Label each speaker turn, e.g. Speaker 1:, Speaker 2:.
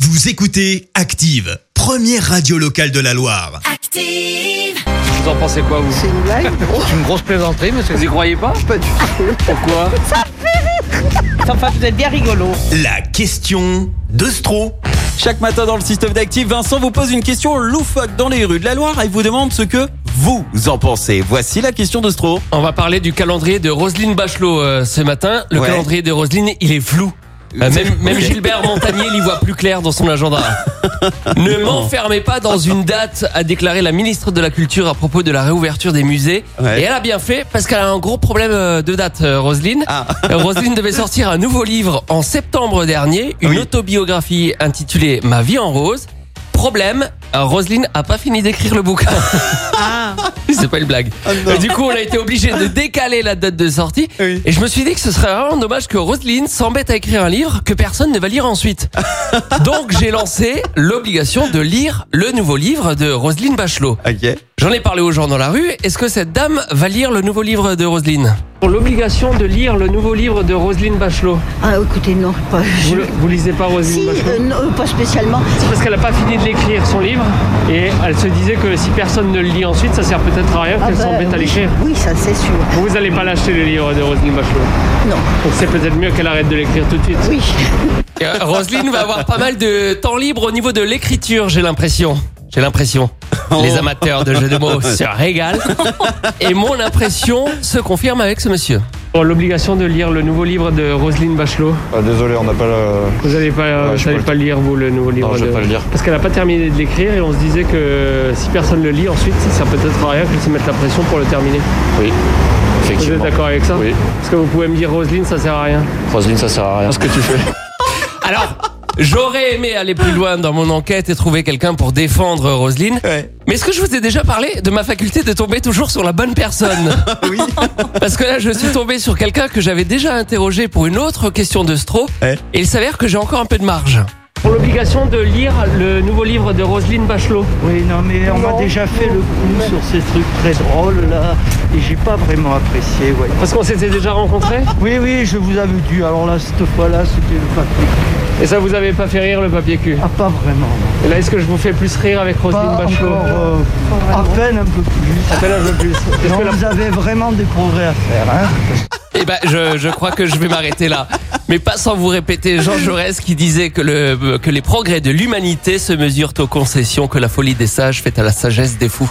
Speaker 1: Vous écoutez Active, première radio locale de la Loire.
Speaker 2: Active.
Speaker 3: Vous en pensez quoi, vous
Speaker 4: C'est une blague
Speaker 3: C'est une grosse plaisanterie, monsieur. Vous y croyez pas
Speaker 4: Pas du tout.
Speaker 3: Pourquoi
Speaker 4: Enfin, vous êtes bien rigolo.
Speaker 1: La question de Stro.
Speaker 5: Chaque matin dans le système d'actifs, Vincent vous pose une question loufoque dans les rues de la Loire et vous demande ce que vous en pensez. Voici la question de Stro.
Speaker 6: On va parler du calendrier de Roselyne Bachelot euh, ce matin. Le
Speaker 5: Ouais.
Speaker 6: calendrier de Roselyne, il est flou. Euh, même, même
Speaker 5: Ok.
Speaker 6: Gilbert Montagnier, il y voit plus clair dans son agenda. ne m'enfermez pas dans une date, a déclaré la ministre de la Culture à propos de la réouverture des musées.
Speaker 5: Ouais.
Speaker 6: Et elle a bien fait parce qu'elle a un gros problème euh, de date, euh, Roselyne.
Speaker 5: Ah.
Speaker 6: Euh, Roselyne devait sortir un nouveau livre en septembre dernier, une
Speaker 5: Oui.
Speaker 6: autobiographie intitulée Ma vie en rose. Problème, euh, Roselyne a pas fini d'écrire le bouquin. C'est pas une blague.
Speaker 5: Ah. non.
Speaker 6: Et du coup, on a été obligé de décaler la date de sortie.
Speaker 5: Oui.
Speaker 6: Et je me suis dit que ce serait vraiment dommage que Roselyne s'embête à écrire un livre que personne ne va lire ensuite. Donc, j'ai lancé l'obligation de lire le nouveau livre de Roselyne Bachelot.
Speaker 5: Ok.
Speaker 6: J'en ai parlé aux gens dans la rue. Est-ce que cette dame va lire le nouveau livre de Roselyne Pour l'obligation de lire le nouveau livre de Roselyne Bachelot.
Speaker 4: Ah, écoutez, non, pas. je-
Speaker 6: lisez pas Roselyne
Speaker 4: Si, euh, non, pas spécialement.
Speaker 6: C'est parce qu'elle n'a pas fini de l'écrire son livre et elle se disait que si personne ne le lit ensuite, ça sert peut-être à rien
Speaker 4: Ah bah, oui, Oui, ça, c'est sûr.
Speaker 6: Vous n'allez pas l'acheter le livre de Roselyne Bachelot.
Speaker 4: Non,
Speaker 6: Donc c'est peut-être mieux qu'elle arrête de l'écrire tout de suite.
Speaker 4: oui.
Speaker 6: euh, Roselyne va avoir pas mal de temps libre au niveau de l'écriture, j'ai l'impression. J'ai l'impression. Les
Speaker 5: Oh.
Speaker 6: amateurs de jeux de mots se régalent. Et mon impression se confirme avec ce monsieur.
Speaker 7: Pour l'obligation de lire le nouveau livre de Roselyne Bachelot.
Speaker 8: Ah, désolé, on n'a pas le.
Speaker 7: Vous n'allez pas,
Speaker 8: Ouais,
Speaker 7: vous
Speaker 8: je
Speaker 7: allez
Speaker 8: peux
Speaker 7: pas le lire, vous, le nouveau livre
Speaker 8: Non, je
Speaker 7: de-
Speaker 8: vais pas le lire.
Speaker 7: Parce qu'elle n'a pas terminé de l'écrire et on se disait que si personne le lit ensuite, ça peut être à rien qu'elle se mette la pression pour le terminer.
Speaker 8: Oui,
Speaker 7: Vous êtes
Speaker 8: effectivement.
Speaker 7: d'accord avec ça
Speaker 8: Oui,
Speaker 7: Parce que vous pouvez me dire Roselyne, ça sert à rien.
Speaker 8: Roselyne, ça sert à rien. Ce que tu fais.
Speaker 6: Alors, j'aurais aimé aller plus loin dans mon enquête et trouver quelqu'un pour défendre Roselyne.
Speaker 5: Ouais.
Speaker 6: Mais est-ce que je vous ai déjà parlé de ma faculté de tomber toujours sur la bonne personne
Speaker 5: Oui.
Speaker 6: Parce que là, je suis tombé sur quelqu'un que j'avais déjà interrogé pour une autre question de Stro.
Speaker 5: Ouais.
Speaker 6: Et il s'avère que j'ai encore un peu de marge.
Speaker 7: Pour l'obligation de lire le nouveau livre de Roselyne Bachelot.
Speaker 9: Oui, non, mais on m'a déjà fait le coup sur ces trucs très drôles là, et j'ai pas vraiment apprécié, ouais.
Speaker 7: Parce qu'on s'était déjà rencontrés
Speaker 9: Oui, oui, je vous avais dit, alors là, cette fois-là, c'était le papier.
Speaker 7: et ça vous avait pas fait rire le papier cul.
Speaker 9: Ah, pas vraiment. non.
Speaker 7: Et là, est-ce que je vous fais plus rire avec Roselyne
Speaker 9: Pas Ah,
Speaker 7: Bachelot
Speaker 9: encore, euh, à peine un peu plus.
Speaker 7: À peine un peu plus. Est-ce
Speaker 9: Non,
Speaker 7: que la-
Speaker 9: vous avez vraiment des progrès à faire, hein
Speaker 6: Eh ben, je, je crois que je vais m'arrêter là. Mais pas sans vous répéter Jean Jaurès qui disait que, le, que les progrès de l'humanité se mesurent aux concessions que la folie des sages fait à la sagesse des fous.